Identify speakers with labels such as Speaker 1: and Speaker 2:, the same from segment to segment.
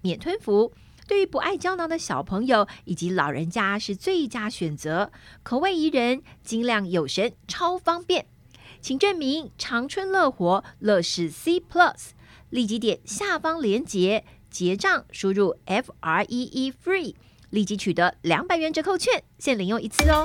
Speaker 1: 免吞服，对于不爱胶囊的小朋友以及老人家是最佳选择，口味宜人，精量有神，超方便。请证明长春乐活乐视 C Plus，立即点下方链接结账，输入 F R E E FREE，立即取得两百元折扣券，限领用一次哦。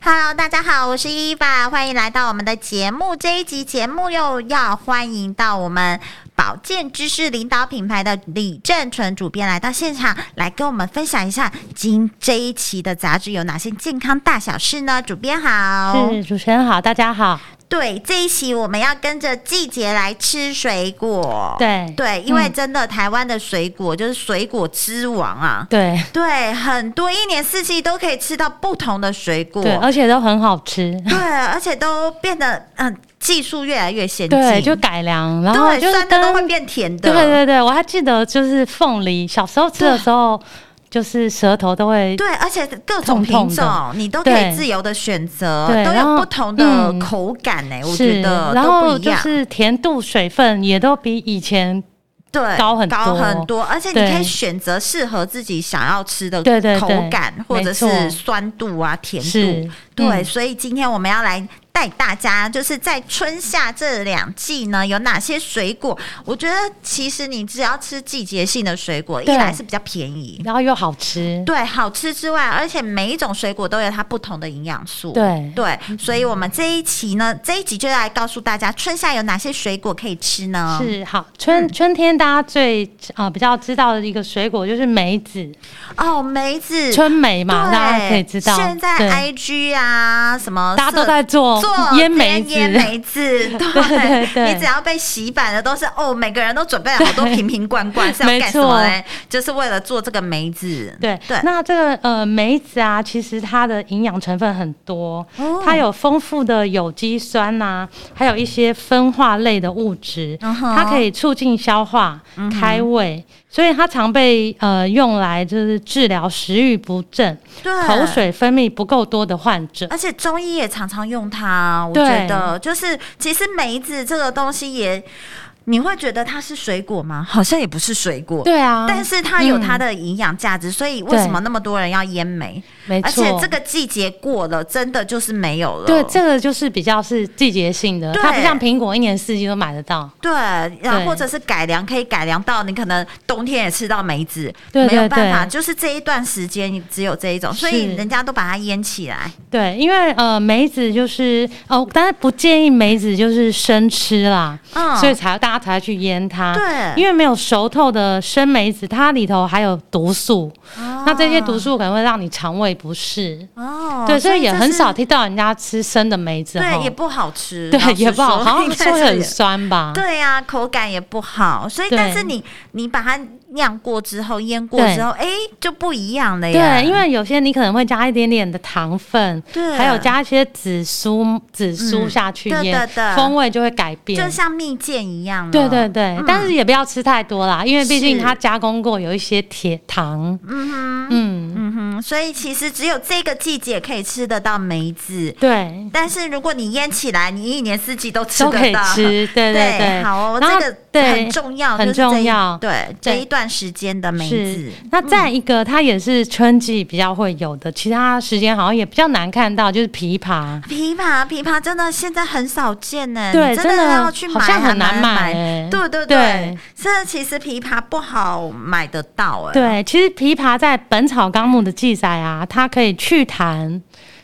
Speaker 2: Hello，大家好，我是伊爸，欢迎来到我们的节目。这一集节目又要欢迎到我们保健知识领导品牌的李正纯主编来到现场，来跟我们分享一下今这一期的杂志有哪些健康大小事呢？主编好，
Speaker 3: 是主持人好，大家好。
Speaker 2: 对这一期我们要跟着季节来吃水果，
Speaker 3: 对
Speaker 2: 对，因为
Speaker 3: 嗯
Speaker 2: 真的台湾的水果就是水果之王啊。
Speaker 3: 对
Speaker 2: 对，很多一年四季都可以吃到不同的水果，
Speaker 3: 对，而且都很好吃。
Speaker 2: 对，而且都变得嗯、技术越来越先进，
Speaker 3: 对，就改良，然后
Speaker 2: 对
Speaker 3: 就是
Speaker 2: 酸的都会
Speaker 3: 跟
Speaker 2: 变甜的，
Speaker 3: 对对对，我还记得就是凤梨，小时候吃的时候，就是舌头都会
Speaker 2: 对而且各种品
Speaker 3: 痛
Speaker 2: 种
Speaker 3: 痛的
Speaker 2: 你都可以
Speaker 3: 对
Speaker 2: 自由的选择，
Speaker 3: 对
Speaker 2: 都
Speaker 3: 然
Speaker 2: 有
Speaker 3: 后
Speaker 2: 不同的
Speaker 3: 嗯
Speaker 2: 口感呢、我觉
Speaker 3: 是，
Speaker 2: 得
Speaker 3: 然
Speaker 2: 都不
Speaker 3: 后
Speaker 2: 一
Speaker 3: 就
Speaker 2: 样，
Speaker 3: 是甜度、水分也都比以前
Speaker 2: 对，
Speaker 3: 高很
Speaker 2: 高
Speaker 3: 多
Speaker 2: 很多，而且你
Speaker 3: 对
Speaker 2: 可以选择适合自己想要吃的
Speaker 3: 对对
Speaker 2: 口
Speaker 3: 对
Speaker 2: 感，或者
Speaker 3: 没错
Speaker 2: 是酸度啊、甜
Speaker 3: 是
Speaker 2: 度，对，
Speaker 3: 嗯
Speaker 2: 所以今天我们要来。带大家就是在春夏这两季呢，有哪些水果？我觉得其实你只要吃季节性的水果，一
Speaker 3: 对
Speaker 2: 来是比较便宜，
Speaker 3: 然后又好吃。
Speaker 2: 对，好吃之外，而且每一种水果都有它不同的营养素。
Speaker 3: 对
Speaker 2: 对，所以我们这一期呢，这一集就来告诉大家春夏有哪些水果可以吃呢？
Speaker 3: 是好春
Speaker 2: 嗯
Speaker 3: 春天大家最啊、呃比较知道的一个水果就是梅子，
Speaker 2: 哦，梅子，
Speaker 3: 春梅嘛，
Speaker 2: 对，
Speaker 3: 大家可以知道。
Speaker 2: 现在
Speaker 3: 对
Speaker 2: IG 啊，什么
Speaker 3: 大家都
Speaker 2: 色
Speaker 3: 在做
Speaker 2: 做
Speaker 3: 腌梅子，
Speaker 2: 腌梅 子，对
Speaker 3: 对对
Speaker 2: 你只要被洗版的都是哦，每个人都准备了好多
Speaker 3: 对
Speaker 2: 瓶瓶罐 罐，是要
Speaker 3: 没
Speaker 2: 干什么
Speaker 3: 错
Speaker 2: 嘞？就是为了做这个梅子。
Speaker 3: 对
Speaker 2: 对
Speaker 3: 那这个呃梅子啊，其实它的营养成分很多，
Speaker 2: 哦
Speaker 3: 它有丰富的有机酸呐、还有一些分化类的物质，
Speaker 2: 嗯哼嗯
Speaker 3: 它可以促进消化、开胃，所以它常被呃用来就是治疗食欲不振、
Speaker 2: 对
Speaker 3: 口。水分泌不够多的患者。
Speaker 2: 而且中医也常常用它，我
Speaker 3: 对
Speaker 2: 觉得就是其实梅子这个东西也，你会觉得它是水果吗？好像也不是水果，
Speaker 3: 对啊，
Speaker 2: 呃但是它有它
Speaker 3: 的、
Speaker 2: 的营养价值，所以为什么那么多人要腌梅？
Speaker 3: 啊没
Speaker 2: 而
Speaker 3: 错，
Speaker 2: 且这个季节过了，真的就是没有了。
Speaker 3: 对这个就是比较是季节性的，
Speaker 2: 对
Speaker 3: 它不像苹果一年四季都买得到。
Speaker 2: 对，然后
Speaker 3: 对
Speaker 2: 或者是改良，可以改良到你可能冬天也吃到梅子，
Speaker 3: 对
Speaker 2: 没有
Speaker 3: 对
Speaker 2: 办法，
Speaker 3: 对
Speaker 2: 就是这一段时间你只有这一种，所以
Speaker 3: 是
Speaker 2: 人家都把它腌起来。
Speaker 3: 对，因为呃梅子就是哦，当然不建议梅子就是生吃啦，
Speaker 2: 嗯，
Speaker 3: 所以才大家才去腌它。
Speaker 2: 对
Speaker 3: 因为没有熟透的生梅子，它里头还有毒素，
Speaker 2: 啊
Speaker 3: 那这些毒素可能会让你肠胃不适。
Speaker 2: 哦，
Speaker 3: 对，所以也
Speaker 2: 这
Speaker 3: 很
Speaker 2: 是
Speaker 3: 少听到人家吃生的梅子哈
Speaker 2: 对，也。不好吃，老
Speaker 3: 对，
Speaker 2: 实
Speaker 3: 也不好，
Speaker 2: 说
Speaker 3: 好
Speaker 2: 应
Speaker 3: 像
Speaker 2: 该
Speaker 3: 说
Speaker 2: 是
Speaker 3: 很酸吧。
Speaker 2: 对呀、口感也不好，所以
Speaker 3: 对
Speaker 2: 但是你你把它酿过之后，腌过之后，哎、就不一样了呀。
Speaker 3: 对，因为有些你可能会加一点点的糖分，
Speaker 2: 对
Speaker 3: 还有加一些紫苏紫苏
Speaker 2: 嗯
Speaker 3: 下去
Speaker 2: 对
Speaker 3: 腌，
Speaker 2: 对对
Speaker 3: 风味就会改变。
Speaker 2: 就像蜜饯一样了。
Speaker 3: 对对对，
Speaker 2: 嗯
Speaker 3: 但是也不要吃太多啦，因为毕竟
Speaker 2: 是
Speaker 3: 它加工过有一些铁糖。
Speaker 2: 嗯哼，
Speaker 3: 嗯，
Speaker 2: 嗯哼，所以其实只有这个季节可以吃得到梅子。
Speaker 3: 对，
Speaker 2: 但是如果你腌起来，你一年四季都吃
Speaker 3: 都可
Speaker 2: 得
Speaker 3: 以
Speaker 2: 到。
Speaker 3: 吃。对对对，
Speaker 2: 好哦，
Speaker 3: 然后
Speaker 2: 这个
Speaker 3: 对
Speaker 2: 很，重要，
Speaker 3: 很
Speaker 2: 就是这一
Speaker 3: 重要
Speaker 2: 对这
Speaker 3: 对
Speaker 2: 一段时间的梅
Speaker 3: 是
Speaker 2: 子，。
Speaker 3: 那再一个，它也是春季比较会有的，其他时间好像也比较难看到，就是枇杷。
Speaker 2: 枇杷，枇杷真的现在很少见呢，
Speaker 3: 对，
Speaker 2: 你真的要去买，
Speaker 3: 好像很难
Speaker 2: 还
Speaker 3: 买
Speaker 2: 买。
Speaker 3: 欸。
Speaker 2: 对对对
Speaker 3: 对，
Speaker 2: 这其实枇杷不好买得到哎。，
Speaker 3: 对，其实枇杷在《本草纲目》的记载啊，它可以祛痰、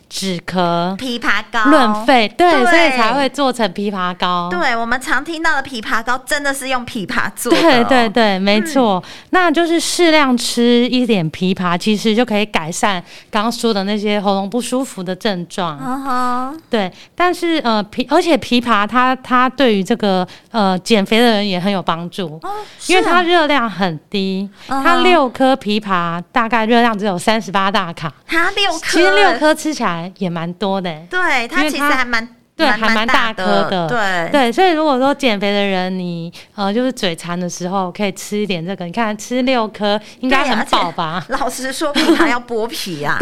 Speaker 3: 止咳、
Speaker 2: 枇杷膏
Speaker 3: 润。肺，对，
Speaker 2: 哦对
Speaker 3: 所以才会做成枇杷膏。
Speaker 2: 对我们常听到的枇杷膏真的是用枇杷做的、嗯
Speaker 3: 对对
Speaker 2: 对，
Speaker 3: 对，没错，那就是适量吃一点枇杷，其实就可以改善刚刚说的那些喉咙不舒服的症状。
Speaker 2: 嗯哼，
Speaker 3: 对，但是呃枇，而且枇杷它它对于这个呃减肥的人也很有帮助，
Speaker 2: 哦，
Speaker 3: 因为
Speaker 2: 是
Speaker 3: 它
Speaker 2: 啊
Speaker 3: 热量很低，它
Speaker 2: 嗯哼
Speaker 3: 六颗枇杷大概热量只有三十八大卡，
Speaker 2: 它六颗，
Speaker 3: 其实六，颗吃起来也蛮多的欸、
Speaker 2: 对
Speaker 3: 因
Speaker 2: 它
Speaker 3: 为
Speaker 2: 其实
Speaker 3: 它
Speaker 2: 还蛮
Speaker 3: 对，还
Speaker 2: 蛮
Speaker 3: 蛮
Speaker 2: 大
Speaker 3: 颗的，
Speaker 2: 对
Speaker 3: 对，所以如果说减肥的人，你呃就是嘴馋的时候，可以吃一点这个。你看吃六颗应该
Speaker 2: 对
Speaker 3: 很
Speaker 2: 而且
Speaker 3: 饱吧？
Speaker 2: 老实说，枇杷要剥皮 啊，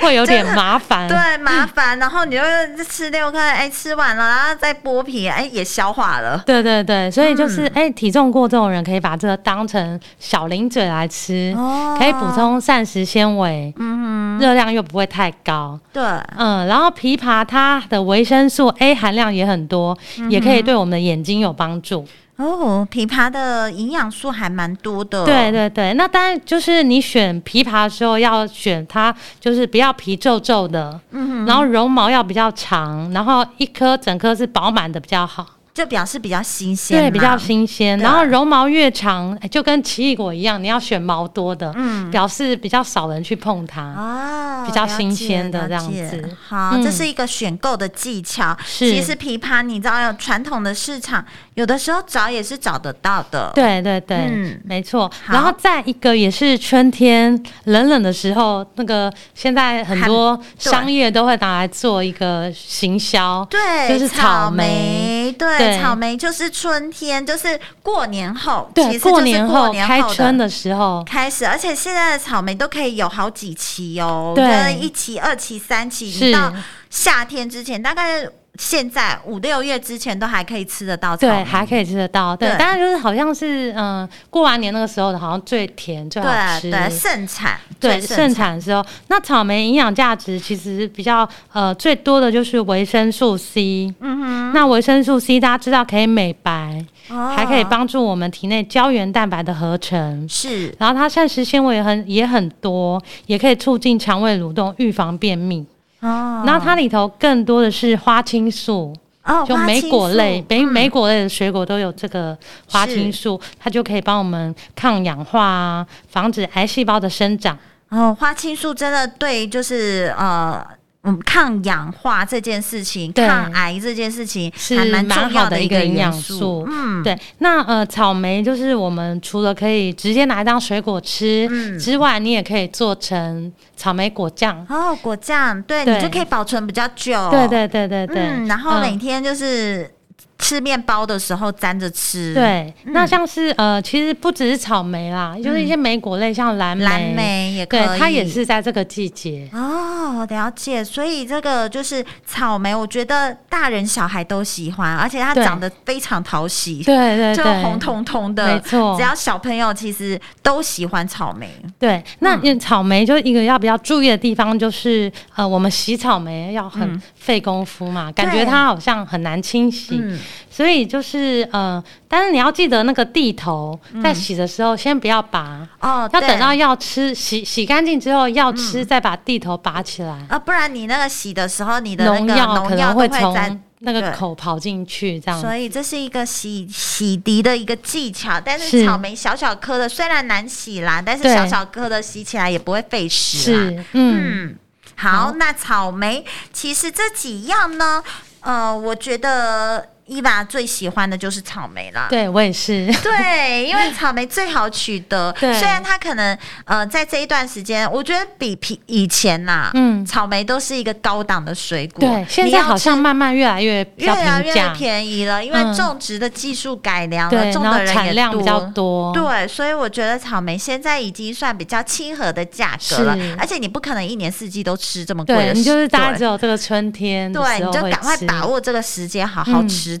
Speaker 3: 会有点
Speaker 2: 真的
Speaker 3: 麻烦。
Speaker 2: 对，麻烦。然后你就吃六颗，哎，吃完了，然后再剥皮，哎，也消化了。
Speaker 3: 对对对，所以就是
Speaker 2: 嗯
Speaker 3: 哎、体重过重的人可以把这个当成小零嘴来吃，
Speaker 2: 哦
Speaker 3: 可以补充膳食纤维，
Speaker 2: 嗯哼，
Speaker 3: 热量又不会太高。
Speaker 2: 对，
Speaker 3: 嗯，然后枇杷它的维生素 A 含量也很多，
Speaker 2: 嗯
Speaker 3: 也可以对我们的眼睛有帮助。
Speaker 2: 哦，枇杷的营养素还蛮多的。哦
Speaker 3: 对，对对，那当然就是你选枇杷的时候要选它，就是不要皮皱皱的，
Speaker 2: 嗯
Speaker 3: 然后绒毛要比较长，然后一颗整颗是饱满的比较好，
Speaker 2: 就表示比较新鲜嘛，
Speaker 3: 对，比较新鲜。
Speaker 2: 对
Speaker 3: 然后绒毛越长，哎就跟奇异果一样，你要选毛多的，表示比较少人去碰它。
Speaker 2: 嗯哦，
Speaker 3: 比较
Speaker 2: 了解
Speaker 3: 新鲜的这样
Speaker 2: 了解
Speaker 3: 子
Speaker 2: 好，
Speaker 3: 嗯
Speaker 2: 这是一个选购的技巧。
Speaker 3: 是
Speaker 2: 其实枇杷你知道，有传统的市场有的时候找也是找得到的。，
Speaker 3: 对对对，
Speaker 2: 嗯
Speaker 3: 没错。
Speaker 2: 好
Speaker 3: 然后再一个也是春天冷冷的时候，那个现在很
Speaker 2: 很
Speaker 3: 多
Speaker 2: 对
Speaker 3: 商业都会拿来做一个行销，
Speaker 2: 对，
Speaker 3: 就是
Speaker 2: 草
Speaker 3: 草莓
Speaker 2: 莓，对，
Speaker 3: 对
Speaker 2: 草莓就是春天，就是过年后，其
Speaker 3: 对，
Speaker 2: 实就是过
Speaker 3: 年
Speaker 2: 后
Speaker 3: 开春
Speaker 2: 的。
Speaker 3: 的时候，
Speaker 2: 开始，而且现在的草莓都可以有好几期哦，
Speaker 3: 对
Speaker 2: 就是一期、二期、三期，你
Speaker 3: 是
Speaker 2: 到夏天之前，大概现在五六月之前都还可以吃得到草
Speaker 3: 对，
Speaker 2: 莓，
Speaker 3: 还可以吃得到。对
Speaker 2: 对，
Speaker 3: 当然就是好像是嗯、过完年那个时候的，好像最甜最好
Speaker 2: 对
Speaker 3: 吃。
Speaker 2: 对盛产，
Speaker 3: 对
Speaker 2: 最
Speaker 3: 盛产的时候，那草莓营养价值其实比较呃最多的就是维生素 C。嗯哼，那维生素 C 大家知道可以美白，
Speaker 2: 哦
Speaker 3: 还可以帮助我们体内胶原蛋白的合成。
Speaker 2: 是
Speaker 3: 然后它膳食纤维也很也很多，也可以促进肠胃蠕动，预防便秘。
Speaker 2: 哦
Speaker 3: 然后它里头更多的是花青素，
Speaker 2: 哦
Speaker 3: 就
Speaker 2: 花
Speaker 3: 莓
Speaker 2: 青
Speaker 3: 果
Speaker 2: 素
Speaker 3: 类，莓
Speaker 2: 嗯
Speaker 3: 莓果类的水果都有这个花青素，它就可以帮我们抗氧化啊，防止癌细胞的生长。
Speaker 2: 哦，花青素真的对，就是呃。嗯，抗氧化这件事情，
Speaker 3: 对
Speaker 2: 抗癌这件事情，
Speaker 3: 是
Speaker 2: 还蛮重
Speaker 3: 蛮
Speaker 2: 要
Speaker 3: 好的
Speaker 2: 一
Speaker 3: 一
Speaker 2: 个
Speaker 3: 个营
Speaker 2: 元
Speaker 3: 养
Speaker 2: 素
Speaker 3: 素。
Speaker 2: 嗯，
Speaker 3: 对，那呃，草莓就是我们除了可以直接拿来当水果吃、
Speaker 2: 嗯
Speaker 3: 之外，你也可以做成草莓果酱。
Speaker 2: 哦，果酱，对
Speaker 3: 对
Speaker 2: 你就可以保存比较久。
Speaker 3: 对对对对对，
Speaker 2: 嗯，然后
Speaker 3: 嗯
Speaker 2: 每天就是吃面包的时候沾着吃。，
Speaker 3: 对，那
Speaker 2: 嗯
Speaker 3: 像是呃，其实不只是草莓啦，就是一些莓果类，像蓝莓，
Speaker 2: 蓝莓也可以
Speaker 3: 对，，它也。是在这个季节。
Speaker 2: 哦，了解，所以这个就是草莓，我觉得大人小孩都喜欢，而且它
Speaker 3: 对
Speaker 2: 长得非常讨喜，
Speaker 3: 对对
Speaker 2: 就
Speaker 3: 对，
Speaker 2: 红彤彤的，
Speaker 3: 没错
Speaker 2: 只要小朋友其实都喜欢草莓，
Speaker 3: 对，那因为草莓就一个要比较注意的地方就是，呃，我们洗草莓要
Speaker 2: 嗯
Speaker 3: 很费功夫嘛，感觉它好像很难清洗，
Speaker 2: 嗯，
Speaker 3: 所以就是呃，但是你要记得那个地头在洗的时候先不要拔，
Speaker 2: 嗯哦，
Speaker 3: 要
Speaker 2: 对嗯
Speaker 3: 等到要吃洗洗干净之后要吃，再把地头拔起来，
Speaker 2: 啊，不然你那个洗的时候，你的那
Speaker 3: 农
Speaker 2: 个
Speaker 3: 药啊可
Speaker 2: 农药
Speaker 3: 能
Speaker 2: 都会
Speaker 3: 从
Speaker 2: 沾。
Speaker 3: 那个
Speaker 2: 对
Speaker 3: 口跑进去这样子
Speaker 2: 所以啊这是一个洗洗涤的一个技巧，但是
Speaker 3: 是
Speaker 2: 草莓小小颗的虽然难洗啦，但是
Speaker 3: 对
Speaker 2: 小小颗的洗起来也不会费时啦。
Speaker 3: 是，嗯，
Speaker 2: 嗯，好，那草莓其实这几样呢，呃，我觉得伊娃最喜欢的就是草莓啦。
Speaker 3: 对我也是，
Speaker 2: 对，因为草莓最好取得，
Speaker 3: 对
Speaker 2: 虽然它可能呃在这一段时间，我觉得比比以前啦，
Speaker 3: 嗯
Speaker 2: 草莓都是一个高档的水果，
Speaker 3: 对，现
Speaker 2: 你
Speaker 3: 在
Speaker 2: 要
Speaker 3: 好像
Speaker 2: 吃
Speaker 3: 慢慢越来越比
Speaker 2: 越
Speaker 3: 较
Speaker 2: 来
Speaker 3: 平
Speaker 2: 越
Speaker 3: 价，
Speaker 2: 便宜了，因为
Speaker 3: 嗯
Speaker 2: 种植的技术改良了，
Speaker 3: 对，
Speaker 2: 种
Speaker 3: 然
Speaker 2: 的
Speaker 3: 后
Speaker 2: 人也
Speaker 3: 产量比较
Speaker 2: 多
Speaker 3: 多，
Speaker 2: 对，所以我觉得草莓现在已经算比较亲和的价格了
Speaker 3: 是，
Speaker 2: 而且你不可能一年四季都吃这么贵
Speaker 3: 对
Speaker 2: 的食，
Speaker 3: 你就是大概
Speaker 2: 对
Speaker 3: 只有这个春天的
Speaker 2: 对，
Speaker 3: 时
Speaker 2: 你
Speaker 3: 候
Speaker 2: 就
Speaker 3: 会
Speaker 2: 赶快
Speaker 3: 吃
Speaker 2: 把握这个时间，好好
Speaker 3: 嗯
Speaker 2: 吃它。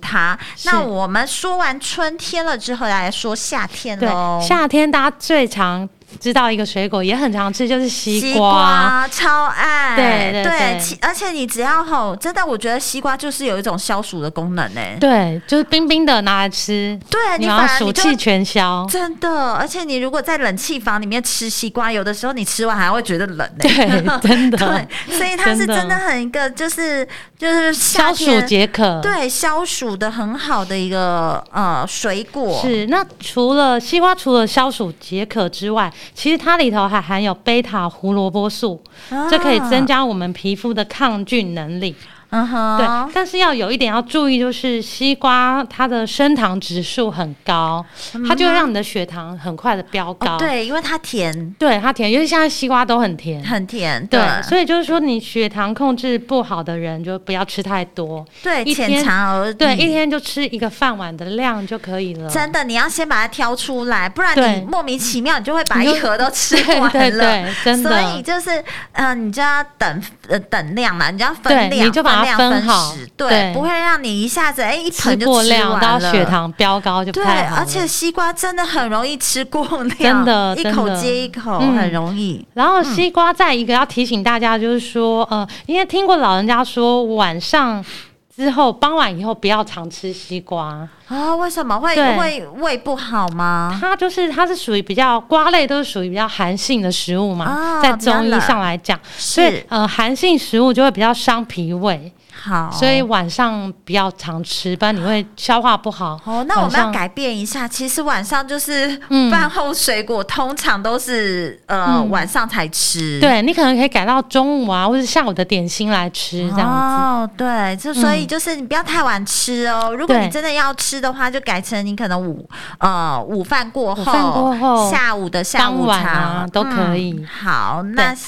Speaker 2: 那
Speaker 3: 是
Speaker 2: 我们说完春天了之后，来说夏天
Speaker 3: 对
Speaker 2: 喽。，
Speaker 3: 夏天大家最常知道一个水果，也很常吃，就是西
Speaker 2: 西
Speaker 3: 瓜
Speaker 2: 瓜超爱，
Speaker 3: 对对对
Speaker 2: 其而且你只要吼，真的，我觉得西瓜就是有一种消暑的功能欸呢、
Speaker 3: 对，就是冰冰的拿来吃，
Speaker 2: 对你
Speaker 3: 你
Speaker 2: 反
Speaker 3: 要
Speaker 2: 而你
Speaker 3: 暑
Speaker 2: 就
Speaker 3: 气全消。
Speaker 2: 真的，而且你如果在冷气房里面吃西瓜，有的时候你吃完还会觉得冷呢、
Speaker 3: 对真的
Speaker 2: 对，所以它是
Speaker 3: 真的
Speaker 2: 真的很一个，就是就是夏
Speaker 3: 消暑
Speaker 2: 天
Speaker 3: 解渴，
Speaker 2: 对消暑的很好的一个呃水果，
Speaker 3: 是，那除了西瓜，除了消暑解渴之外，其实它里头还含有贝塔胡萝卜素，
Speaker 2: 啊
Speaker 3: 这可以增
Speaker 2: 加，
Speaker 3: 加我们皮肤的抗菌能力。
Speaker 2: 嗯哼，
Speaker 3: 对，但是要有一点要注意，就是西瓜它的升糖指数很高，它就会让你的血糖很快的飙高。
Speaker 2: 哦，对，因为它甜，
Speaker 3: 对，它甜，因为现在西瓜都很甜。
Speaker 2: 很甜，
Speaker 3: 对，
Speaker 2: 对
Speaker 3: 所以就是说，你血糖控制不好的人，就不要吃太多。
Speaker 2: 对，
Speaker 3: 一
Speaker 2: 浅
Speaker 3: 天
Speaker 2: 尝而已
Speaker 3: 对，一天就吃一个饭碗的量就可以了。
Speaker 2: 嗯真的，你要先把它挑出来，不然你
Speaker 3: 对
Speaker 2: 莫名其妙你就会把
Speaker 3: 你就
Speaker 2: 一盒都吃
Speaker 3: 对
Speaker 2: 完了。
Speaker 3: 对对真的
Speaker 2: 所以就是，呃，你就要等呃等量啦，你就要分
Speaker 3: 对
Speaker 2: 量，
Speaker 3: 你就把它
Speaker 2: 量
Speaker 3: 分
Speaker 2: 分
Speaker 3: 好
Speaker 2: 食对，
Speaker 3: 对
Speaker 2: 不会让你一下子哎、一
Speaker 3: 吃
Speaker 2: 盆就
Speaker 3: 过
Speaker 2: 吃
Speaker 3: 量
Speaker 2: 完
Speaker 3: 到
Speaker 2: 了
Speaker 3: 血。糖飙高就不
Speaker 2: 对，
Speaker 3: 太好了
Speaker 2: 而且西瓜真的很容易吃过量，
Speaker 3: 真的
Speaker 2: 一
Speaker 3: 真
Speaker 2: 口
Speaker 3: 的
Speaker 2: 接一口，
Speaker 3: 嗯
Speaker 2: 很容易。
Speaker 3: 然后
Speaker 2: 嗯
Speaker 3: 西瓜再一个要提醒大家，就是说，呃，因为听过老人家说晚上。之后傍晚以后不要常吃西瓜，
Speaker 2: 啊、为什么会
Speaker 3: 对
Speaker 2: 会胃不好吗？
Speaker 3: 它就是它是属于比较瓜类都是属于比较寒性的食物嘛，
Speaker 2: 啊
Speaker 3: 在
Speaker 2: 比较
Speaker 3: 中医
Speaker 2: 冷
Speaker 3: 上来讲，所以
Speaker 2: 是
Speaker 3: 呃寒性食物就会比较伤脾胃，
Speaker 2: 好，
Speaker 3: 所以晚上不要常吃，不然你
Speaker 2: 啊
Speaker 3: 会消化不好。
Speaker 2: 哦，那我
Speaker 3: 晚
Speaker 2: 们要
Speaker 3: 上
Speaker 2: 改变一下。其实晚上就是
Speaker 3: 嗯
Speaker 2: 饭后水果，通常都是呃、
Speaker 3: 嗯
Speaker 2: 晚上才吃。。
Speaker 3: 对你可能可以改到中午啊，或者下午的点心来吃这样子。
Speaker 2: 哦，对，就所以
Speaker 3: 嗯
Speaker 2: 就是你不要太晚吃哦。如果你
Speaker 3: 对
Speaker 2: 真的要吃的话，就改成你可能午呃午饭过后，
Speaker 3: 午饭过后
Speaker 2: 下午的下午
Speaker 3: 傍晚
Speaker 2: 茶、
Speaker 3: 啊都可以
Speaker 2: 嗯好，那
Speaker 3: 对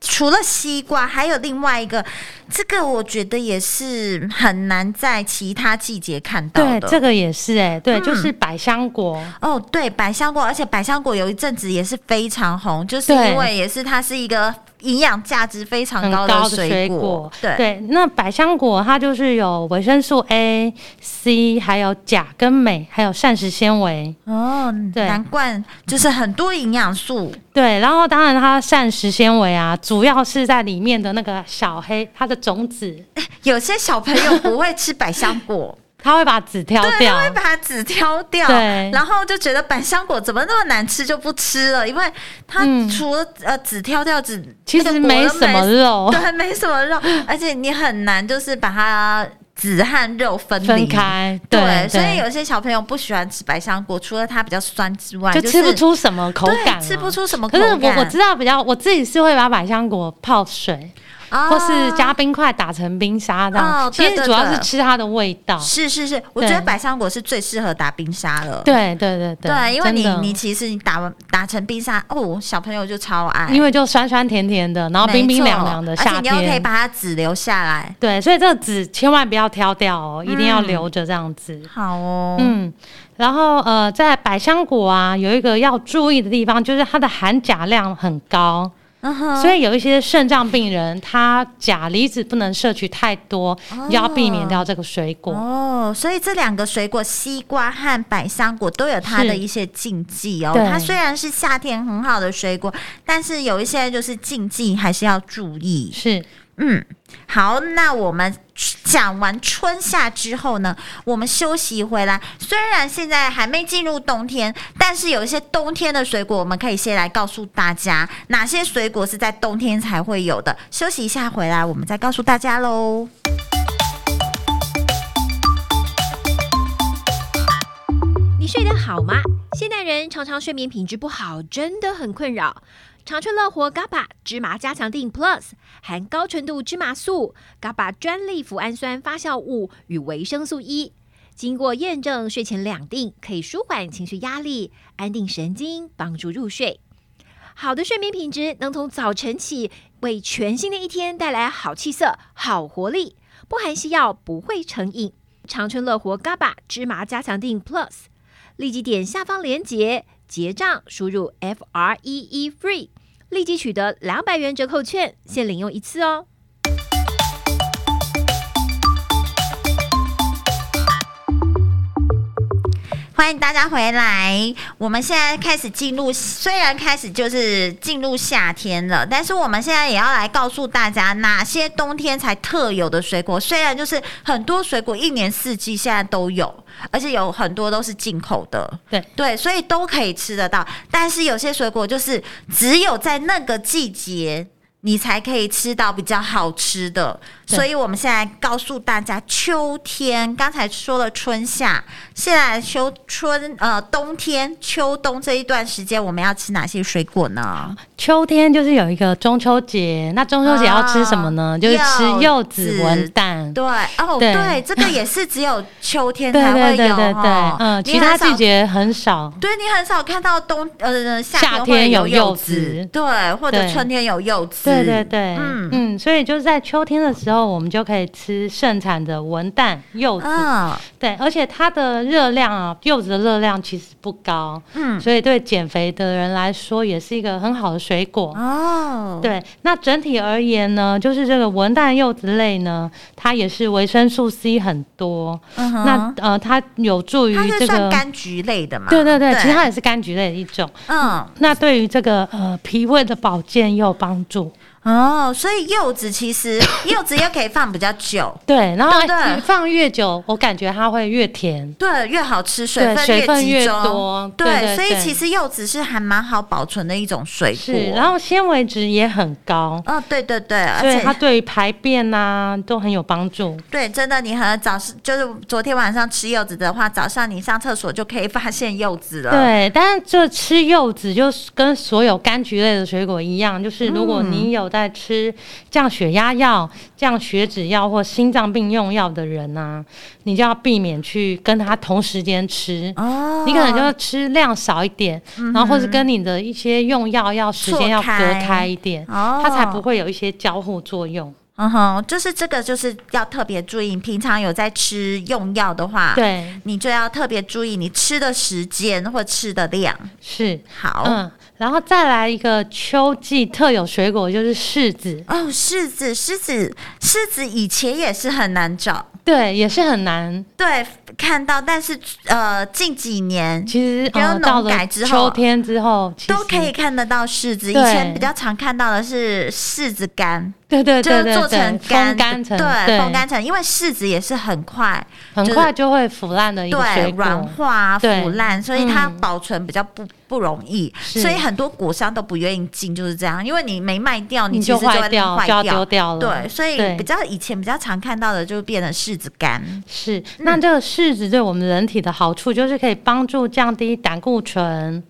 Speaker 2: 除了西瓜，还有另外一个，这个我觉得也是很难在其他季节看到
Speaker 3: 对，
Speaker 2: 的。嗯
Speaker 3: 这个也是哎、对，就是百香果。
Speaker 2: 哦，对，百香果，而且百香果有一阵子也是非常红，就是
Speaker 3: 对
Speaker 2: 因为也是它是一个营养价值非常
Speaker 3: 很
Speaker 2: 高
Speaker 3: 高的
Speaker 2: 水
Speaker 3: 果，
Speaker 2: 对，
Speaker 3: 那百香果它就是有维生素 A、C，还有钾跟镁，还有膳食纤维。
Speaker 2: 哦，
Speaker 3: 对
Speaker 2: 难怪就是很多营养素，
Speaker 3: 对，然后当然它膳食纤维啊，主要是在里面的那个小黑，它的种子，
Speaker 2: 有些小朋友不会吃百香果，
Speaker 3: 它会把籽 挑
Speaker 2: 对，
Speaker 3: 掉
Speaker 2: 他。会把它籽挑掉，
Speaker 3: 对
Speaker 2: 然后就觉得百香果怎么那么难吃就不吃了，因为它
Speaker 3: 嗯
Speaker 2: 除了、呃籽挑掉籽，
Speaker 3: 其
Speaker 2: 那
Speaker 3: 实
Speaker 2: 个果
Speaker 3: 没
Speaker 2: 都
Speaker 3: 什么肉
Speaker 2: 对，没什么肉，而且你很难就是把它籽和肉分
Speaker 3: 分
Speaker 2: 离
Speaker 3: 开，
Speaker 2: 对，
Speaker 3: 对，
Speaker 2: 所以
Speaker 3: 对
Speaker 2: 有些小朋友不喜欢吃百香果，除了它比较酸之外，
Speaker 3: 就吃不
Speaker 2: 是
Speaker 3: 出什么口
Speaker 2: 对
Speaker 3: 感啊，
Speaker 2: 吃不出什么口
Speaker 3: 可是
Speaker 2: 感。
Speaker 3: 我我知道比较，我自己是会把百香果泡水，
Speaker 2: 啊
Speaker 3: 或是加冰块打成冰沙这样。
Speaker 2: 哦
Speaker 3: 其
Speaker 2: 对
Speaker 3: 实
Speaker 2: 对
Speaker 3: 主要
Speaker 2: 对
Speaker 3: 是吃它的味道。
Speaker 2: 是是是，我觉
Speaker 3: 对
Speaker 2: 得百香果是最适合打冰沙了。
Speaker 3: 对对对对，
Speaker 2: 对，因为你
Speaker 3: 真的
Speaker 2: 你其实你打完打成冰沙，哦，小朋友就超爱，
Speaker 3: 因为就酸酸甜甜的，然后
Speaker 2: 没
Speaker 3: 冰冰
Speaker 2: 错
Speaker 3: 凉凉的夏
Speaker 2: 而且你又可以
Speaker 3: 天。
Speaker 2: 把它籽留下来。
Speaker 3: 对，所以这个籽千万不要挑掉哦，一定要
Speaker 2: 嗯
Speaker 3: 留着这样子。
Speaker 2: 好哦，
Speaker 3: 嗯，然后呃，在百香果啊，有一个要注意的地方，就是它的含钾量很高，
Speaker 2: 嗯哼，
Speaker 3: 所以有一些肾脏病人，他钾离子不能摄取太多，你就要避免掉这个水果。
Speaker 2: 哦，所以这两个水果，西瓜和百香果都有它
Speaker 3: 是
Speaker 2: 的一些禁忌哦。
Speaker 3: 对
Speaker 2: 它虽然是夏天很好的水果，但是有一些就是禁忌还是要注意。
Speaker 3: 是
Speaker 2: 嗯，好，那我们讲完春夏之后呢，我们休息回来。虽然现在还没进入冬天，但是有一些冬天的水果，我们可以先来告诉大家哪些水果是在冬天才会有的。休息一下回来，我们再告诉大家喽。
Speaker 1: 你睡得好吗？现代人常常睡眠品质不好，真的很困扰。长春乐活 GABA 芝麻加强定 Plus 含高纯度芝麻素、GABA 专利脯氨酸发酵物与维生素 E，经过验证，睡前两定可以舒缓情绪压力、安定神经，帮助入睡。好的睡眠品质能从早晨起为全新的一天带来好气色、好活力，不含西药，不会成瘾。长春乐活 GABA 芝麻加强定 Plus。立即点下方链接结账，输入 F R E E FREE，立即取得两百元折扣券，限领用一次哦。
Speaker 2: 欢迎大家回来。我们现在开始进入，虽然开始就是进入夏天了，但是我们现在也要来告诉大家哪些冬天才特有的水果。虽然就是很多水果一年四季现在都有，而且有很多都是进口的，
Speaker 3: 对
Speaker 2: 对，所以都可以吃得到。但是有些水果就是只有在那个季节。你才可以吃到比较好吃的，
Speaker 3: 对
Speaker 2: 所以我们现在告诉大家，秋天刚才说了春夏，现在秋春呃冬天秋冬这一段时间，我们要吃哪些水果呢？
Speaker 3: 秋天就是有一个中秋节，那中秋节要吃什么呢？
Speaker 2: 哦
Speaker 3: 就是吃柚
Speaker 2: 柚
Speaker 3: 子
Speaker 2: 子
Speaker 3: 文旦。
Speaker 2: 对哦
Speaker 3: 对
Speaker 2: 对，这个也是只有秋天
Speaker 3: 对
Speaker 2: 才会有
Speaker 3: 对对对对
Speaker 2: 哦，
Speaker 3: 嗯，
Speaker 2: 你
Speaker 3: 其他
Speaker 2: 很少
Speaker 3: 季节很少。
Speaker 2: 对你很少看到冬呃
Speaker 3: 夏
Speaker 2: 夏
Speaker 3: 天
Speaker 2: 会
Speaker 3: 有柚
Speaker 2: 柚
Speaker 3: 子
Speaker 2: 对，或者
Speaker 3: 对
Speaker 2: 春天有柚子，
Speaker 3: 对对对，嗯
Speaker 2: 嗯
Speaker 3: 嗯，所以就是在秋天的时候，我们就可以吃盛产的文旦、柚子。
Speaker 2: 嗯
Speaker 3: 对，而且它的热量啊，柚子的热量其实不高，
Speaker 2: 嗯
Speaker 3: 所以对减肥的人来说也是一个很好的水果。
Speaker 2: 哦，
Speaker 3: 对，那整体而言呢，就是这个文旦柚子类呢，它也是维生素 C 很多，
Speaker 2: 嗯哼
Speaker 3: 那呃，它有助于
Speaker 2: 它是
Speaker 3: 这
Speaker 2: 算
Speaker 3: 个。
Speaker 2: 柑橘类的嘛？
Speaker 3: 对对对，其实它也是柑橘类的一种。
Speaker 2: 嗯
Speaker 3: 那对于这个呃脾胃的保健也有帮助。
Speaker 2: 哦，所以柚子其实柚子又可以放比较久，
Speaker 3: 对，然后
Speaker 2: 对不对
Speaker 3: 放越久，我感觉它会越甜。
Speaker 2: 对，越好吃，水
Speaker 3: 对水分
Speaker 2: 分集
Speaker 3: 越
Speaker 2: 中，
Speaker 3: 多
Speaker 2: 对
Speaker 3: 对对
Speaker 2: 所以
Speaker 3: 对
Speaker 2: 其实柚子是还蛮好保存的一种水果。
Speaker 3: 是，然后纤维值也很高，
Speaker 2: 哦，对对对，而
Speaker 3: 所以它
Speaker 2: 且
Speaker 3: 对于排便呐、都很有帮助。
Speaker 2: 对，真的，你和早上就是昨天晚上吃柚子的话，早上你上厕所就可以发现柚子了。
Speaker 3: 对，但是这吃柚子就是跟所有柑橘类的水果一样，就是
Speaker 2: 嗯
Speaker 3: 如果你有在吃降血压药、降血脂药或心脏病用药的人呐、你就要避免去跟它同时间吃。
Speaker 2: 哦，嗯
Speaker 3: 你可能就吃量少一点，然后或是跟你的一些用药要时间要隔
Speaker 2: 错开
Speaker 3: 开一点，
Speaker 2: 哦，
Speaker 3: 它才不会有一些交互作用。
Speaker 2: 嗯哼，就是这个就是要特别注意，平常有在吃用药的话，，
Speaker 3: 对，
Speaker 2: 你就要特别注意你吃的时间或吃的量。
Speaker 3: 是，
Speaker 2: 好，
Speaker 3: 嗯，然后再来一个秋季特有水果就是柿子，
Speaker 2: 哦，柿子，柿子，柿子以前也是很难找，
Speaker 3: 对，也是很难。
Speaker 2: 对，看到，但是呃，近几年
Speaker 3: 其实
Speaker 2: 比较
Speaker 3: 呃，到
Speaker 2: 农
Speaker 3: 了
Speaker 2: 改之后
Speaker 3: 秋天之后其实
Speaker 2: 都可以，看得到柿子，以
Speaker 3: 对
Speaker 2: 前比较常看到的是柿子干，
Speaker 3: 对对
Speaker 2: 就
Speaker 3: 对
Speaker 2: 是
Speaker 3: 对
Speaker 2: 做
Speaker 3: 对，
Speaker 2: 成
Speaker 3: 风
Speaker 2: 干，
Speaker 3: 干成
Speaker 2: 对，风干成，因为柿子也是很快，
Speaker 3: 很
Speaker 2: 就是
Speaker 3: 快就会腐烂的一个
Speaker 2: 对
Speaker 3: 水，果。
Speaker 2: 软化啊、腐
Speaker 3: 对
Speaker 2: 烂，所以它
Speaker 3: 嗯
Speaker 2: 保存比较不不容易，
Speaker 3: 是
Speaker 2: 所以很多果商都不愿意进，就是这样，因为你没卖掉，
Speaker 3: 你
Speaker 2: 其实
Speaker 3: 就
Speaker 2: 就会
Speaker 3: 坏掉，
Speaker 2: 坏
Speaker 3: 就要丢掉了。
Speaker 2: 对，所以
Speaker 3: 对
Speaker 2: 比较以前比较常看到的就变成柿子干，
Speaker 3: 是。
Speaker 2: 嗯
Speaker 3: 那这个柿子对我们人体的好处，就是可以帮助降低胆固醇，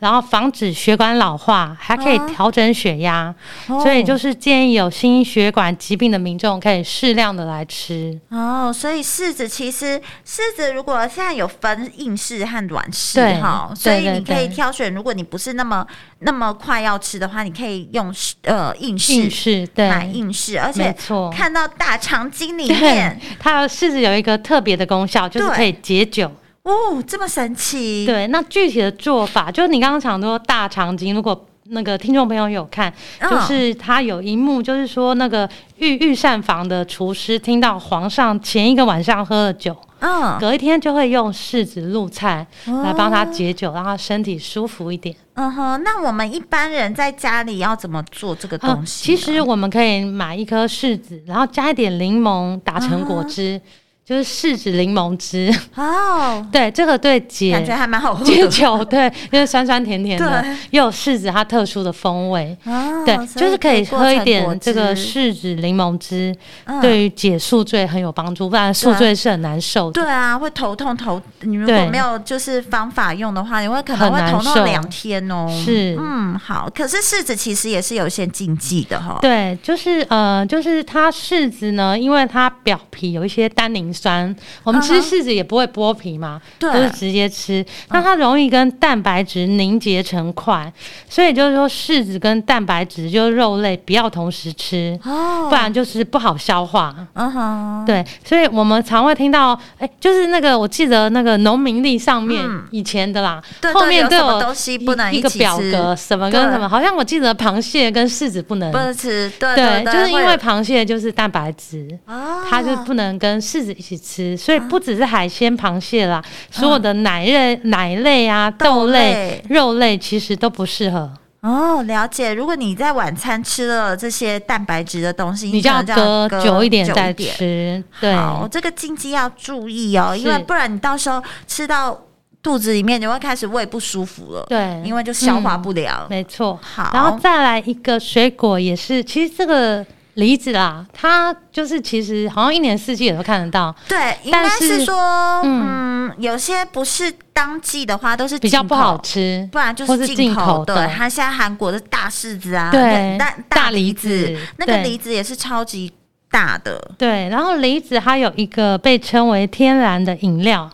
Speaker 3: 然后防止血管老化，还可以
Speaker 2: 啊
Speaker 3: 调整血压。
Speaker 2: 哦
Speaker 3: 所以就是建议有心血管疾病的民众可以适量的来吃。
Speaker 2: 哦，所以柿子其实柿子如果现在有分硬柿和软柿
Speaker 3: 对
Speaker 2: 哈，
Speaker 3: 对
Speaker 2: 所以你
Speaker 3: 对
Speaker 2: 可以
Speaker 3: 对
Speaker 2: 挑选，如果你不是那么那么快要吃的话，你可以用柿呃硬
Speaker 3: 硬
Speaker 2: 柿
Speaker 3: 是对，
Speaker 2: 买硬柿，而
Speaker 3: 没
Speaker 2: 且
Speaker 3: 错。
Speaker 2: 看到大肠经里
Speaker 3: 对
Speaker 2: 面，
Speaker 3: 它的柿子有一个特别的功效，就是
Speaker 2: 对
Speaker 3: 可以解酒。
Speaker 2: 哦，这么神奇，
Speaker 3: 对，那具体的做法，就是你刚刚讲说大肠经，如果那个听众朋友有看，
Speaker 2: 嗯
Speaker 3: 就是他有一幕，就是说那个御御膳房的厨师听到皇上前一个晚上喝了酒，
Speaker 2: 嗯
Speaker 3: 隔一天就会用柿子入菜来帮他
Speaker 2: 哦
Speaker 3: 解酒，让他身体舒服一点。
Speaker 2: 嗯哼，那我们一般人在家里要怎么做这个
Speaker 3: 啊，
Speaker 2: 东西
Speaker 3: 其
Speaker 2: 呢？
Speaker 3: 实我们可以买一颗柿子，然后加一点柠檬打成果
Speaker 2: 啊
Speaker 3: 汁，就是柿子柠檬汁。
Speaker 2: 哦，
Speaker 3: 对，这个对
Speaker 2: 感觉
Speaker 3: 解
Speaker 2: 还蛮好喝
Speaker 3: 解
Speaker 2: 的。
Speaker 3: 酒，对，因为酸酸甜甜的
Speaker 2: 对，
Speaker 3: 又有柿子它特殊的风味。
Speaker 2: 哦
Speaker 3: 对，
Speaker 2: 所
Speaker 3: 就是可以
Speaker 2: 做
Speaker 3: 喝一
Speaker 2: 成果
Speaker 3: 点这个
Speaker 2: 汁
Speaker 3: 柿子柠檬汁，
Speaker 2: 嗯啊
Speaker 3: 对于解宿醉很有帮助，不然宿醉是很难受的。
Speaker 2: 对啊，会头痛头。你如果
Speaker 3: 对
Speaker 2: 没有就是方法用的话，你会可能
Speaker 3: 很
Speaker 2: 会
Speaker 3: 难
Speaker 2: 头痛
Speaker 3: 受
Speaker 2: 两天哦。
Speaker 3: 是
Speaker 2: 嗯，好。可是柿子其实也是有一些禁忌的哈、哦。
Speaker 3: 对，就是呃，就是它柿子呢，因为它表皮有一些单宁酸，我们吃
Speaker 2: 嗯哼
Speaker 3: 柿子也不会剥皮嘛，
Speaker 2: 对嗯
Speaker 3: 都是直接吃。那它容易跟蛋白质凝结成块，所以就是说柿子跟蛋白质就是肉类不要同时吃，
Speaker 2: 哦
Speaker 3: 不然就是不好消化。
Speaker 2: 嗯哼，
Speaker 3: 对，所以我们常会听到，哎、就是那个我记得那个农民历上面、
Speaker 2: 嗯
Speaker 3: 以前的啦，
Speaker 2: 对
Speaker 3: 后面
Speaker 2: 对
Speaker 3: 都
Speaker 2: 有什么
Speaker 3: 有
Speaker 2: 东西不能
Speaker 3: 一
Speaker 2: 一
Speaker 3: 个
Speaker 2: 起
Speaker 3: 表
Speaker 2: 吃
Speaker 3: 格，什么跟
Speaker 2: 对
Speaker 3: 什么，好像我记得螃蟹跟柿子不能，
Speaker 2: 不能吃，对
Speaker 3: 对，
Speaker 2: 对，
Speaker 3: 就是因
Speaker 2: 会
Speaker 3: 为
Speaker 2: 有
Speaker 3: 螃蟹就是蛋白质，
Speaker 2: 哦，
Speaker 3: 它就不能跟柿子一起吃，所
Speaker 2: 啊
Speaker 3: 以不只是海鲜、螃蟹啦，所有的奶类、奶类啊、
Speaker 2: 豆
Speaker 3: 豆
Speaker 2: 类
Speaker 3: 类、肉类其实都不适合。
Speaker 2: 哦，了解。如果你在晚餐吃了这些蛋白质的东西，
Speaker 3: 你就要
Speaker 2: 可能
Speaker 3: 隔
Speaker 2: 隔
Speaker 3: 久一点
Speaker 2: 久
Speaker 3: 再吃。对，
Speaker 2: 好，这个禁忌要注意哦，因为
Speaker 3: 是
Speaker 2: 不然你到时候吃到肚子里面，你会开始胃不舒服了。
Speaker 3: 对
Speaker 2: 因为就消化
Speaker 3: 嗯
Speaker 2: 不良。
Speaker 3: 没错。
Speaker 2: 好，
Speaker 3: 然后再来一个水果也是，其实这个梨子啦，它就是其实好像一年四季也都看得到，
Speaker 2: 对，应该
Speaker 3: 但
Speaker 2: 是
Speaker 3: 是
Speaker 2: 说，嗯
Speaker 3: 嗯，
Speaker 2: 有些不是当季的话，都是
Speaker 3: 比较
Speaker 2: 进
Speaker 3: 不
Speaker 2: 口
Speaker 3: 好，吃，
Speaker 2: 不然就
Speaker 3: 或
Speaker 2: 是
Speaker 3: 是
Speaker 2: 进
Speaker 3: 进
Speaker 2: 口。
Speaker 3: 口
Speaker 2: 对
Speaker 3: 的，
Speaker 2: 它现在韩国的大柿子啊，
Speaker 3: 对
Speaker 2: 大
Speaker 3: 大
Speaker 2: 梨
Speaker 3: 梨
Speaker 2: 子
Speaker 3: 子，
Speaker 2: 那个
Speaker 3: 对
Speaker 2: 梨子也是超级大的，
Speaker 3: 对，然后梨子它有一个被称为天然的饮料，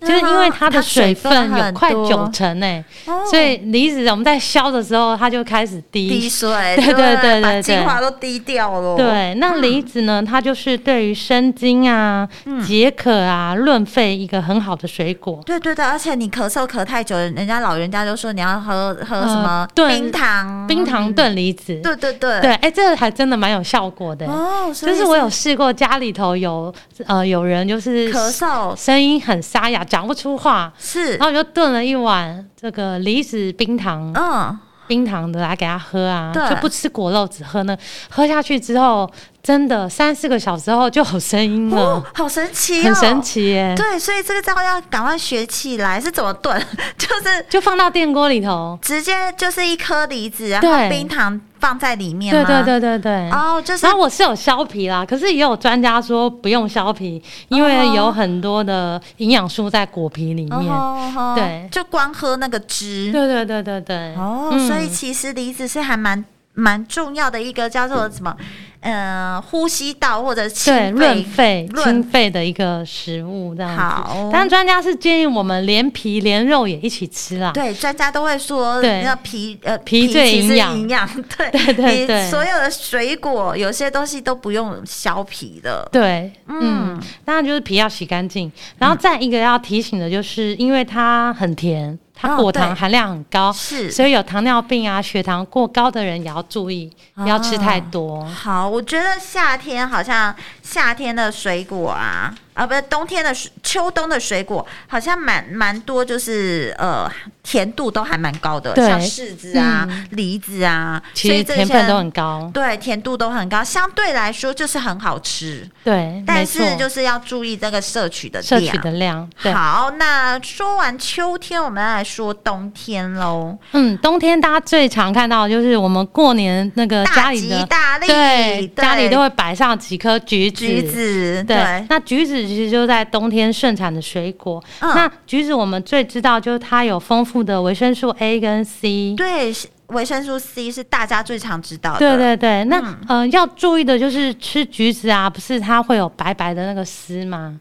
Speaker 3: 就是因
Speaker 2: 嗯
Speaker 3: 为它的水分有快九成诶、
Speaker 2: 哦
Speaker 3: 所以梨子我们在削的时候它就开始
Speaker 2: 滴
Speaker 3: 滴。
Speaker 2: 水，
Speaker 3: 对
Speaker 2: 对
Speaker 3: 对对
Speaker 2: 把
Speaker 3: 对
Speaker 2: 精
Speaker 3: 对
Speaker 2: 华都滴掉了。
Speaker 3: 对，那
Speaker 2: 嗯
Speaker 3: 梨子呢？它就是对于生津啊、解渴啊、润肺一个很好的水果。
Speaker 2: 对对对，而且你咳嗽咳太久，人家老人家就说你要喝喝什
Speaker 3: 呃
Speaker 2: 么
Speaker 3: 对
Speaker 2: 冰糖，
Speaker 3: 冰糖炖梨子，
Speaker 2: 对对对
Speaker 3: 对，哎、这个还真的蛮有效果的、
Speaker 2: 哦，所
Speaker 3: 就
Speaker 2: 以
Speaker 3: 是我有试过，家里头有呃有人就是
Speaker 2: 咳嗽
Speaker 3: 声音很沙哑，讲不出话，
Speaker 2: 是
Speaker 3: 然后我就炖了一碗这个梨子冰糖，
Speaker 2: 嗯。
Speaker 3: 冰糖的来给他喝啊，
Speaker 2: 对
Speaker 3: 就不吃果肉，只喝那个，喝下去之后，真的三四个小时后就有声音了，
Speaker 2: 哦，好神奇、哦，
Speaker 3: 嗯很神奇耶、
Speaker 2: 对，所以这个招要赶快学起来，是怎么炖？ 就是
Speaker 3: 就放到电锅里头，
Speaker 2: 直接就是一颗梨子，然后
Speaker 3: 对
Speaker 2: 冰糖放在里面
Speaker 3: 对
Speaker 2: 吗？
Speaker 3: 对对对对。
Speaker 2: 哦，就是
Speaker 3: 然后我是有削皮啦，可是也有专家说不用削皮，因为有很多的营养素在果皮里面。
Speaker 2: 哦吼
Speaker 3: 对
Speaker 2: 就光喝那个汁。
Speaker 3: 对对对对对。
Speaker 2: 哦，
Speaker 3: 嗯
Speaker 2: 所以其实梨子是还蛮蛮重要的一个叫做什么？呃，呼吸道或者心
Speaker 3: 对润肺、
Speaker 2: 润
Speaker 3: 清肺的一个食物这样子。
Speaker 2: 好
Speaker 3: 但专家是建议我们连皮连肉也一起吃啦。
Speaker 2: 对，专家都会说，
Speaker 3: 对
Speaker 2: 那皮呃
Speaker 3: 皮最
Speaker 2: 其实
Speaker 3: 营养
Speaker 2: 营养对
Speaker 3: 对对对
Speaker 2: 你所有的水果有些东西都不用削皮的，
Speaker 3: 对，
Speaker 2: 嗯
Speaker 3: 嗯，当然就是皮要洗干净，然后再一个要提醒的就是，因为它很甜，它
Speaker 2: 哦
Speaker 3: 果
Speaker 2: 对
Speaker 3: 糖含量很高，
Speaker 2: 是
Speaker 3: 所以有糖尿病啊、血糖过高的人也要注意，
Speaker 2: 啊
Speaker 3: 不要吃太多。
Speaker 2: 好，我觉得夏天好像夏天的水果啊，啊，不是冬天的水秋冬的水果，好像蛮蛮多，就是呃，甜度都还蛮高的，
Speaker 3: 对嗯
Speaker 2: 像柿子啊、梨子啊，
Speaker 3: 其
Speaker 2: 所以
Speaker 3: 实
Speaker 2: 这
Speaker 3: 甜分
Speaker 2: 些
Speaker 3: 都很高，
Speaker 2: 对，甜度都很高，相对来说就是很好吃，
Speaker 3: 对，没
Speaker 2: 但
Speaker 3: 错，
Speaker 2: 是就是要注意这个摄取的
Speaker 3: 摄
Speaker 2: 量。
Speaker 3: 取的量，对，
Speaker 2: 好，那说完秋天，我们来说冬天喽。
Speaker 3: 嗯，冬天大家最常看到的就是我们过年那个呃家
Speaker 2: 大
Speaker 3: 里
Speaker 2: 吉
Speaker 3: 的。
Speaker 2: 大利，
Speaker 3: 对，家里都
Speaker 2: 会
Speaker 3: 会摆上几颗橘子，
Speaker 2: 橘子，
Speaker 3: 对，
Speaker 2: 对，
Speaker 3: 那橘子其实就在冬天盛产的水果。
Speaker 2: 嗯
Speaker 3: 那橘子我们最知道就是它有丰富的维生素 A 跟 C。
Speaker 2: 对，是维生素 C 是大家最常知道的。
Speaker 3: 对对对，
Speaker 2: 嗯
Speaker 3: 那呃要注意的就是吃橘子啊，不是它会有白白的那个丝吗？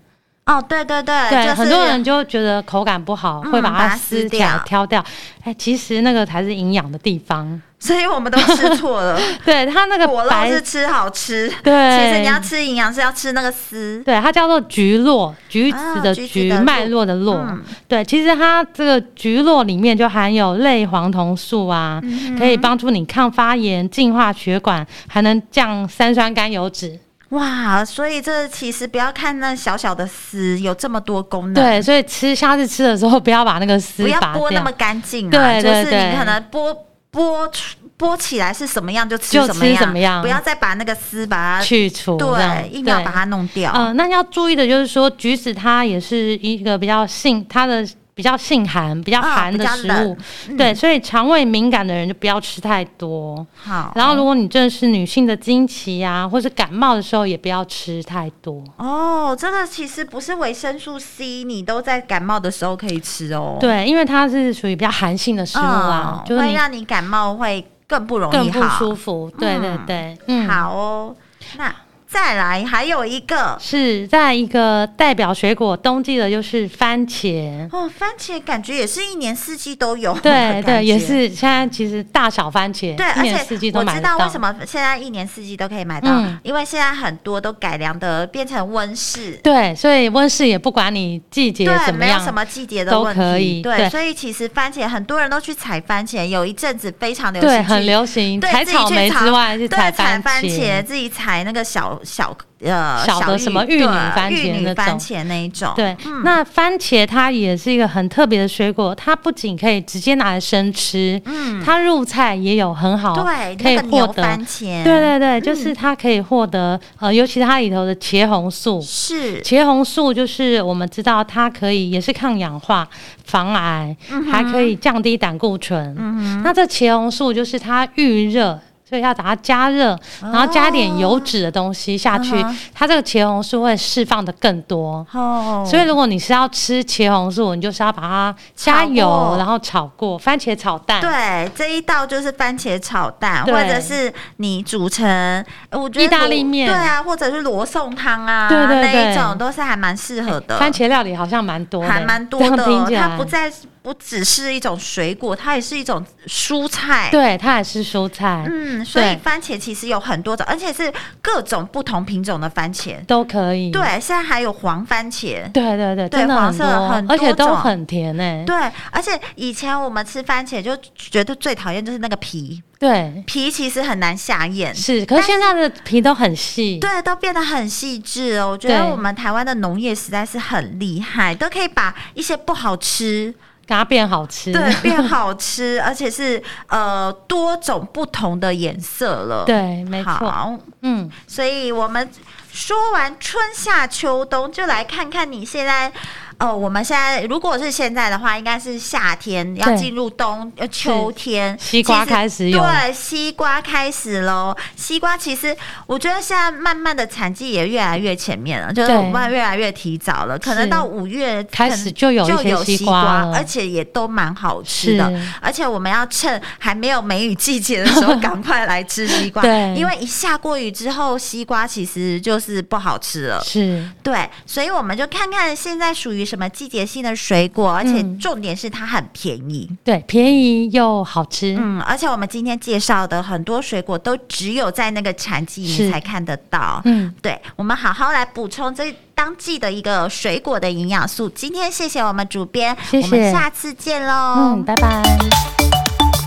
Speaker 2: 哦，对对对，
Speaker 3: 对，
Speaker 2: 就是、
Speaker 3: 很多人就会觉得口感不好，
Speaker 2: 嗯
Speaker 3: 会把
Speaker 2: 把它
Speaker 3: 它
Speaker 2: 撕
Speaker 3: 撕起来
Speaker 2: 掉
Speaker 3: 挑掉。哎，其实那个才是营养的地方。
Speaker 2: 所以我们都吃错了。
Speaker 3: 对它 那个
Speaker 2: 果肉
Speaker 3: 白
Speaker 2: 是，吃好吃，
Speaker 3: 对，
Speaker 2: 其实你要吃营养是要吃那个丝。
Speaker 3: 对，它叫做菊络，橘子
Speaker 2: 啊
Speaker 3: 的
Speaker 2: 橘子
Speaker 3: 橘，
Speaker 2: 的
Speaker 3: 脉
Speaker 2: 络
Speaker 3: 络的络。
Speaker 2: 嗯
Speaker 3: 对，其实它这个菊络里面就含有类黄酮素啊，
Speaker 2: 嗯
Speaker 3: 可以帮助你抗发炎、净化血管，还能降三酸甘油脂。
Speaker 2: 哇，所以这其实不要看那小小的丝，有这么多功能。
Speaker 3: 对，所以吃下次吃的时候不要把那个丝
Speaker 2: 嗯不要
Speaker 3: 拔
Speaker 2: 剥那
Speaker 3: 掉
Speaker 2: 么。干净啊，
Speaker 3: 对对
Speaker 2: 就是
Speaker 3: 对
Speaker 2: 你可能剥剥出剥起来是什么样就吃
Speaker 3: 就
Speaker 2: 什么
Speaker 3: 吃怎么样
Speaker 2: 不要再把那个丝把它
Speaker 3: 去除这样
Speaker 2: 对，一定要
Speaker 3: 对
Speaker 2: 把它弄掉。
Speaker 3: 呃，那要注意的就是说，橘子它也是一个比较性，它的比较性寒、比较
Speaker 2: 啊
Speaker 3: 寒
Speaker 2: 比
Speaker 3: 的
Speaker 2: 较
Speaker 3: 食
Speaker 2: 冷嗯
Speaker 3: 物，对，所以肠胃敏感的人就不要吃太多。
Speaker 2: 好，
Speaker 3: 然后，如果你正是女性的经期啊，或是感冒的时候，也不要吃太多。
Speaker 2: 哦，这个其实不是维生素 C，你都在感冒的时候可以吃哦。
Speaker 3: 对，因为它是属于比较寒性的食物啊，
Speaker 2: 嗯
Speaker 3: 就是
Speaker 2: 会
Speaker 3: 你
Speaker 2: 让你感冒会更不容易
Speaker 3: 更
Speaker 2: 好。
Speaker 3: 不舒服。对对对，嗯，
Speaker 2: 好哦，那再来还有一个
Speaker 3: 是在一个代表水果冬季的，就是番茄。
Speaker 2: 哦，番茄感觉也是一年四季都有的
Speaker 3: 对
Speaker 2: 感觉，
Speaker 3: 对，也是现在其实大小番茄，
Speaker 2: 哦对，
Speaker 3: 一
Speaker 2: 而
Speaker 3: 年
Speaker 2: 且
Speaker 3: 四季都
Speaker 2: 我
Speaker 3: 买
Speaker 2: 知
Speaker 3: 得
Speaker 2: 道
Speaker 3: 到。
Speaker 2: 为什么现在一年四季都可以买到，
Speaker 3: 嗯
Speaker 2: 因为现在很多都改良的变成温室。
Speaker 3: 对，所以温室也不管你季节
Speaker 2: 对，
Speaker 3: 怎么
Speaker 2: 没有
Speaker 3: 样，
Speaker 2: 什么季节的
Speaker 3: 都
Speaker 2: 问
Speaker 3: 可
Speaker 2: 题。
Speaker 3: 以
Speaker 2: 对，
Speaker 3: 对
Speaker 2: 所以其实番茄很多人都去采番茄，有一阵子非常流行，
Speaker 3: 对，很。流行。
Speaker 2: 对，
Speaker 3: 采
Speaker 2: 自己
Speaker 3: 草
Speaker 2: 去
Speaker 3: 莓
Speaker 2: 采
Speaker 3: 之外，
Speaker 2: 对
Speaker 3: 是
Speaker 2: 采
Speaker 3: 番
Speaker 2: 番茄，自己采那个小小小呃
Speaker 3: 小的什么芋
Speaker 2: 对
Speaker 3: 泥番茄
Speaker 2: 芋泥
Speaker 3: 那种
Speaker 2: 番茄那一种，嗯
Speaker 3: 对，那番茄它也是一个很特别的水果，它不仅可以直接拿来生吃，
Speaker 2: 嗯，
Speaker 3: 它入菜也有很好，
Speaker 2: 对，
Speaker 3: 可以
Speaker 2: 那个牛
Speaker 3: 获得
Speaker 2: 番。茄，嗯
Speaker 3: 对对对，就是它可以获得，呃，尤其它里头的茄红素，
Speaker 2: 是
Speaker 3: 茄红素就是我们知道它可以也是抗氧化、防癌，
Speaker 2: 嗯
Speaker 3: 还可以降低胆固醇。那这茄红素就是它预热。所以要把它加热，然后加一点油脂的东西下去，
Speaker 2: 哦嗯哼
Speaker 3: 它这个茄红素会释放的更多。
Speaker 2: 哦，
Speaker 3: 所以如果你是要吃茄红素，你就是要把它加
Speaker 2: 炒
Speaker 3: 油
Speaker 2: 过，
Speaker 3: 然后炒过，番茄炒蛋。
Speaker 2: 对，这一道就是番茄炒蛋，
Speaker 3: 对
Speaker 2: 或者是你煮成，呃我觉得
Speaker 3: 意大
Speaker 2: 罗
Speaker 3: 利面
Speaker 2: 对啊，或者是罗宋汤啊，
Speaker 3: 对对
Speaker 2: 那一
Speaker 3: 对
Speaker 2: 种都是还蛮适合的。
Speaker 3: 番茄料理好像蛮多的，
Speaker 2: 还蛮多
Speaker 3: 这
Speaker 2: 的
Speaker 3: 样听
Speaker 2: 哦，
Speaker 3: 起来
Speaker 2: 它不再不只是一种水果，它也是一种蔬菜。，
Speaker 3: 对，它也是蔬菜，
Speaker 2: 嗯，所以
Speaker 3: 对
Speaker 2: 番茄其实有很多种，而且是各种不同品种的番茄。
Speaker 3: 都可以。
Speaker 2: 对，现在还有黄番茄。
Speaker 3: 对对对，
Speaker 2: 对
Speaker 3: 真的
Speaker 2: 黄
Speaker 3: 很
Speaker 2: 色
Speaker 3: 多，
Speaker 2: 很
Speaker 3: 而且
Speaker 2: 多
Speaker 3: 都
Speaker 2: 种
Speaker 3: 很甜欸诶、
Speaker 2: 对，而且以前我们吃番茄就觉得最讨厌就是那个皮，
Speaker 3: 对，
Speaker 2: 皮其实很难下咽。
Speaker 3: 是，可是现在的皮都很细。
Speaker 2: 对，都变得很细致哦。我觉得
Speaker 3: 对
Speaker 2: 我们台湾的农业实在是很厉害，都可以把一些不好吃，
Speaker 3: 给它变好吃。
Speaker 2: 对，变好吃，而且是呃多种不同的颜色了。，
Speaker 3: 对没错。
Speaker 2: 好，
Speaker 3: 嗯，
Speaker 2: 所以我们说完春夏秋冬，就来看看你现在。呃，我们现在如果是现在的话，应该是夏天要
Speaker 3: 对
Speaker 2: 进入冬呃秋天，
Speaker 3: 西瓜
Speaker 2: 其实
Speaker 3: 开始有
Speaker 2: 对，西瓜开始喽。西瓜其实我觉得现在慢慢的产季也越来越前面了，就是
Speaker 3: 对
Speaker 2: 我们越来越提早了，可能
Speaker 3: 是
Speaker 2: 到五月
Speaker 3: 开
Speaker 2: 可能
Speaker 3: 始就有一
Speaker 2: 就
Speaker 3: 些
Speaker 2: 有
Speaker 3: 西
Speaker 2: 西
Speaker 3: 瓜
Speaker 2: 瓜，
Speaker 3: 了
Speaker 2: 而且也都蛮好吃
Speaker 3: 是
Speaker 2: 的。而且我们要趁还没有梅雨季节的时候，赶快来吃西瓜。
Speaker 3: 对
Speaker 2: 因为一下过雨之后，西瓜其实就是不好吃了。
Speaker 3: 是
Speaker 2: 对，所以我们就看看现在属于什么季节性的水果，而且
Speaker 3: 嗯
Speaker 2: 重点是它很便宜。
Speaker 3: 对，便宜又好吃。
Speaker 2: 嗯，而且我们今天介绍的很多水果都只有在那个产季你
Speaker 3: 是
Speaker 2: 才看得到。
Speaker 3: 嗯，
Speaker 2: 对，我们好好来补充这当季的一个水果的营养素。今天谢谢我们主编，
Speaker 3: 谢
Speaker 2: 我们
Speaker 3: 谢
Speaker 2: 下次见喽。
Speaker 3: 嗯，拜拜。